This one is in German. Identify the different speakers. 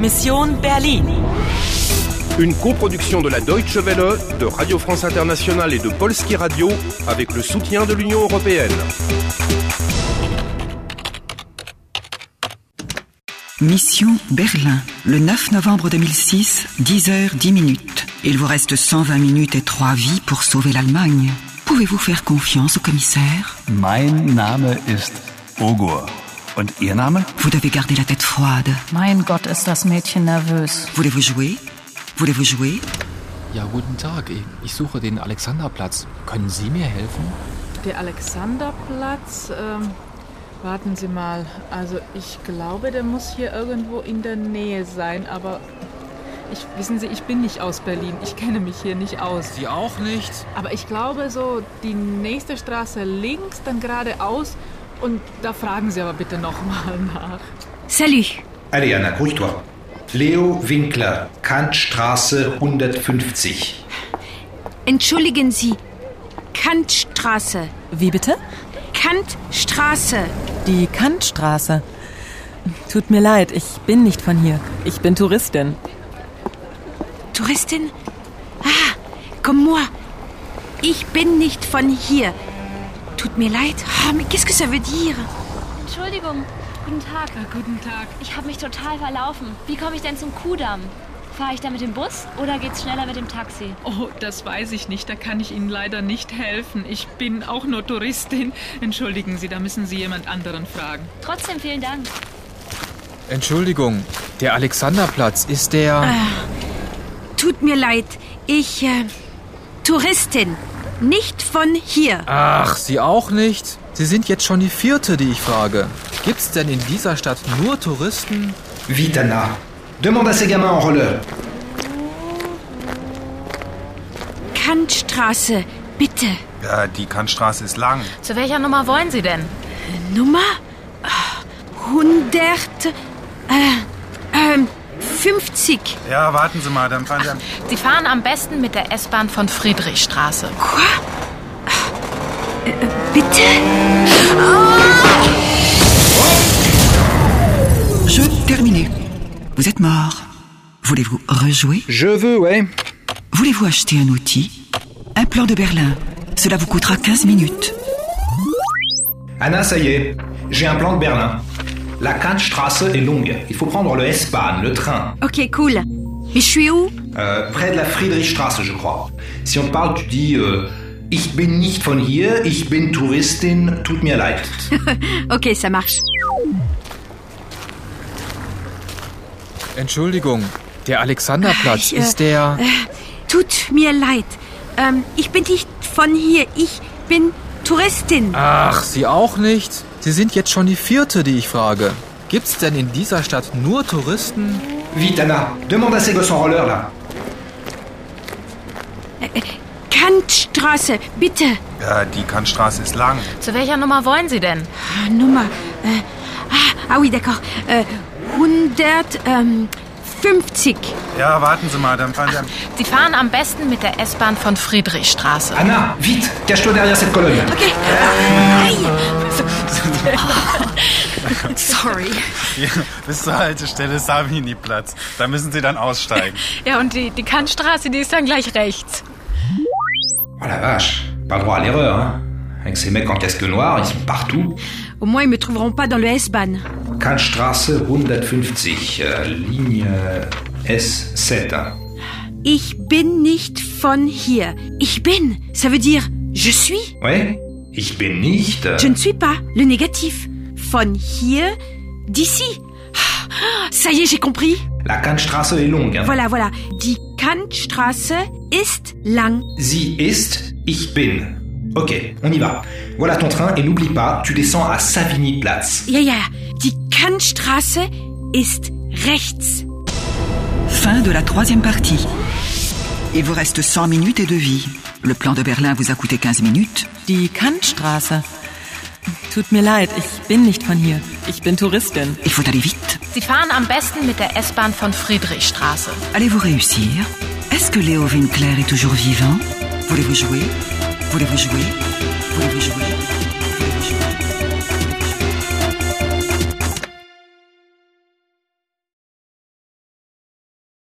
Speaker 1: Mission Berlin.
Speaker 2: Une coproduction de la Deutsche Welle, de Radio France Internationale et de Polski Radio avec le soutien de l'Union européenne.
Speaker 3: Mission Berlin, le 9 novembre 2006, 10h10 minutes. Il vous reste 120 minutes et 3 vies pour sauver l'Allemagne. Pouvez-vous faire confiance au commissaire
Speaker 4: Mein Name ist Ogur. Und Ihr Name?
Speaker 3: Vous devez garder la tête froide.
Speaker 5: Mein Gott, ist das Mädchen nervös.
Speaker 3: Voulez-vous jouer Voulez-vous jouer
Speaker 6: Ja, guten Tag. Ich suche den Alexanderplatz. Können Sie mir helfen?
Speaker 7: Der Alexanderplatz, ähm, warten Sie mal. Also ich glaube, der muss hier irgendwo in der Nähe sein, aber ich, wissen Sie, ich bin nicht aus Berlin. Ich kenne mich hier nicht aus.
Speaker 6: Sie auch nicht?
Speaker 7: Aber ich glaube so, die nächste Straße links, dann geradeaus. Und da fragen Sie aber bitte nochmal nach.
Speaker 8: Salut.
Speaker 9: Allez, Anna, beruhig-toi. Leo Winkler, Kantstraße 150.
Speaker 8: Entschuldigen Sie. Kantstraße.
Speaker 5: Wie bitte?
Speaker 8: Kantstraße.
Speaker 5: Die Kantstraße. Tut mir leid, ich bin nicht von hier. Ich bin Touristin.
Speaker 8: Touristin? Ah, comme moi. Ich bin nicht von hier. Tut mir leid. Ah, mais qu'est-ce que ça veut dire
Speaker 10: Entschuldigung, guten Tag.
Speaker 7: guten Tag.
Speaker 10: Ich habe mich total verlaufen. Wie komme ich denn zum Kudamm? Fahre ich da mit dem Bus oder geht's schneller mit dem Taxi?
Speaker 7: Oh, das weiß ich nicht. Da kann ich Ihnen leider nicht helfen. Ich bin auch nur Touristin. Entschuldigen Sie, da müssen Sie jemand anderen fragen.
Speaker 10: Trotzdem vielen Dank.
Speaker 6: Entschuldigung, der Alexanderplatz ist der.
Speaker 8: Tut mir leid. Ich. Äh, Touristin. Nicht von hier.
Speaker 6: Ach, Sie auch nicht? Sie sind jetzt schon die vierte, die ich frage. Gibt's denn in dieser Stadt nur Touristen?
Speaker 9: Vite, Anna. Demande à ces gamins en roller.
Speaker 8: Kantstraße. Bitte.
Speaker 11: Ja, Euh, die Kantstraße ist lang.
Speaker 5: Zu welcher Nummer wollen Sie denn?
Speaker 8: Nummer? Ah, 100. Äh, ähm, 50.
Speaker 11: Ja, warten Sie mal, dann fahren Sie an.
Speaker 5: Sie fahren am besten mit der S-Bahn von Friedrichstraße.
Speaker 8: Quoi Äh, äh, Bitte
Speaker 3: Jeu terminé. Vous êtes mort. Voulez-vous rejouer
Speaker 6: Je veux, ouais.
Speaker 3: Voulez-vous acheter un outil Un plan de Berlin. Cela vous coûtera 15 minutes.
Speaker 9: Anna, ça y est. J'ai un plan de Berlin. La Kantstraße est longue. Il faut prendre le S-Bahn, le train.
Speaker 8: Ok, cool. Mais je suis où
Speaker 9: Euh, près de la Friedrichstraße, je crois. Si on te parle, tu dis euh, Ich bin nicht von hier, ich bin Touristin, tut mir leid.
Speaker 8: Ok, ça marche.
Speaker 6: Entschuldigung, der Alexanderplatz
Speaker 8: Ich, äh,
Speaker 6: ist der.
Speaker 8: Tut mir leid. Ähm, ich bin nicht von hier. Ich bin Touristin.
Speaker 6: Ach, Sie auch nicht? Sie sind jetzt schon die vierte, die ich frage. Gibt's denn in dieser Stadt nur Touristen?
Speaker 9: Vite, Anna. Demande à ces gosses en roller, là.
Speaker 8: Kantstraße, bitte.
Speaker 11: Ja, die Kantstraße ist lang.
Speaker 5: Zu welcher Nummer wollen Sie denn?
Speaker 8: Ah, Nummer. Äh, ah, ah oui, d'accord. Äh, ähm, 150.
Speaker 11: Ja, warten Sie mal, dann fahren Sie an.
Speaker 5: Sie fahren am besten mit der S-Bahn von Friedrichstraße.
Speaker 9: Anna, vite, cache-toi derrière cette colonne.
Speaker 8: Okay. Aïe. Sorry.
Speaker 11: Bis zur Haltestelle Savini-Platz. Da müssen Sie dann aussteigen.
Speaker 5: Ja, und die, die Kantstraße, die ist dann gleich rechts.
Speaker 9: Oh la vache, pas droit à l'erreur, hein. Avec ces mecs en casque noir, ils sont partout.
Speaker 8: Au moins, ils me trouveront pas dans le S-Bahn.
Speaker 9: Kantstraße 150, euh, ligne euh, S7. hein.
Speaker 8: Ich bin nicht von hier. Ich bin, ça veut dire je suis.
Speaker 9: Ouais Ich bin nicht. euh,
Speaker 8: Je ne suis pas, le négatif. Von hier, d'ici. Ah, Ça y est, j'ai compris.
Speaker 9: La Kantstraße est longue. Hein.
Speaker 8: Voilà, voilà. Die Kantstraße ist lang.
Speaker 9: Sie ist, ich bin. Ok, on y va. Voilà ton train et n'oublie pas, tu descends à Savigny-Platz.
Speaker 8: Ja, ja. Die Kantstraße ist rechts.
Speaker 3: Fin de la troisième partie. Il vous reste 100 minutes et 2 vies. Le plan de Berlin vous a coûté 15 minutes.
Speaker 5: Die Kantstraße. Tut mir leid, ich bin nicht von hier. Ich bin Touristin.
Speaker 3: Il faut aller vite.
Speaker 5: Sie fahren am besten mit der S-Bahn von Friedrichstraße.
Speaker 3: Allez-vous réussir Est-ce que Léo Winkler est toujours vivant Voulez-vous jouer Voulez-vous jouer Voulez-vous jouer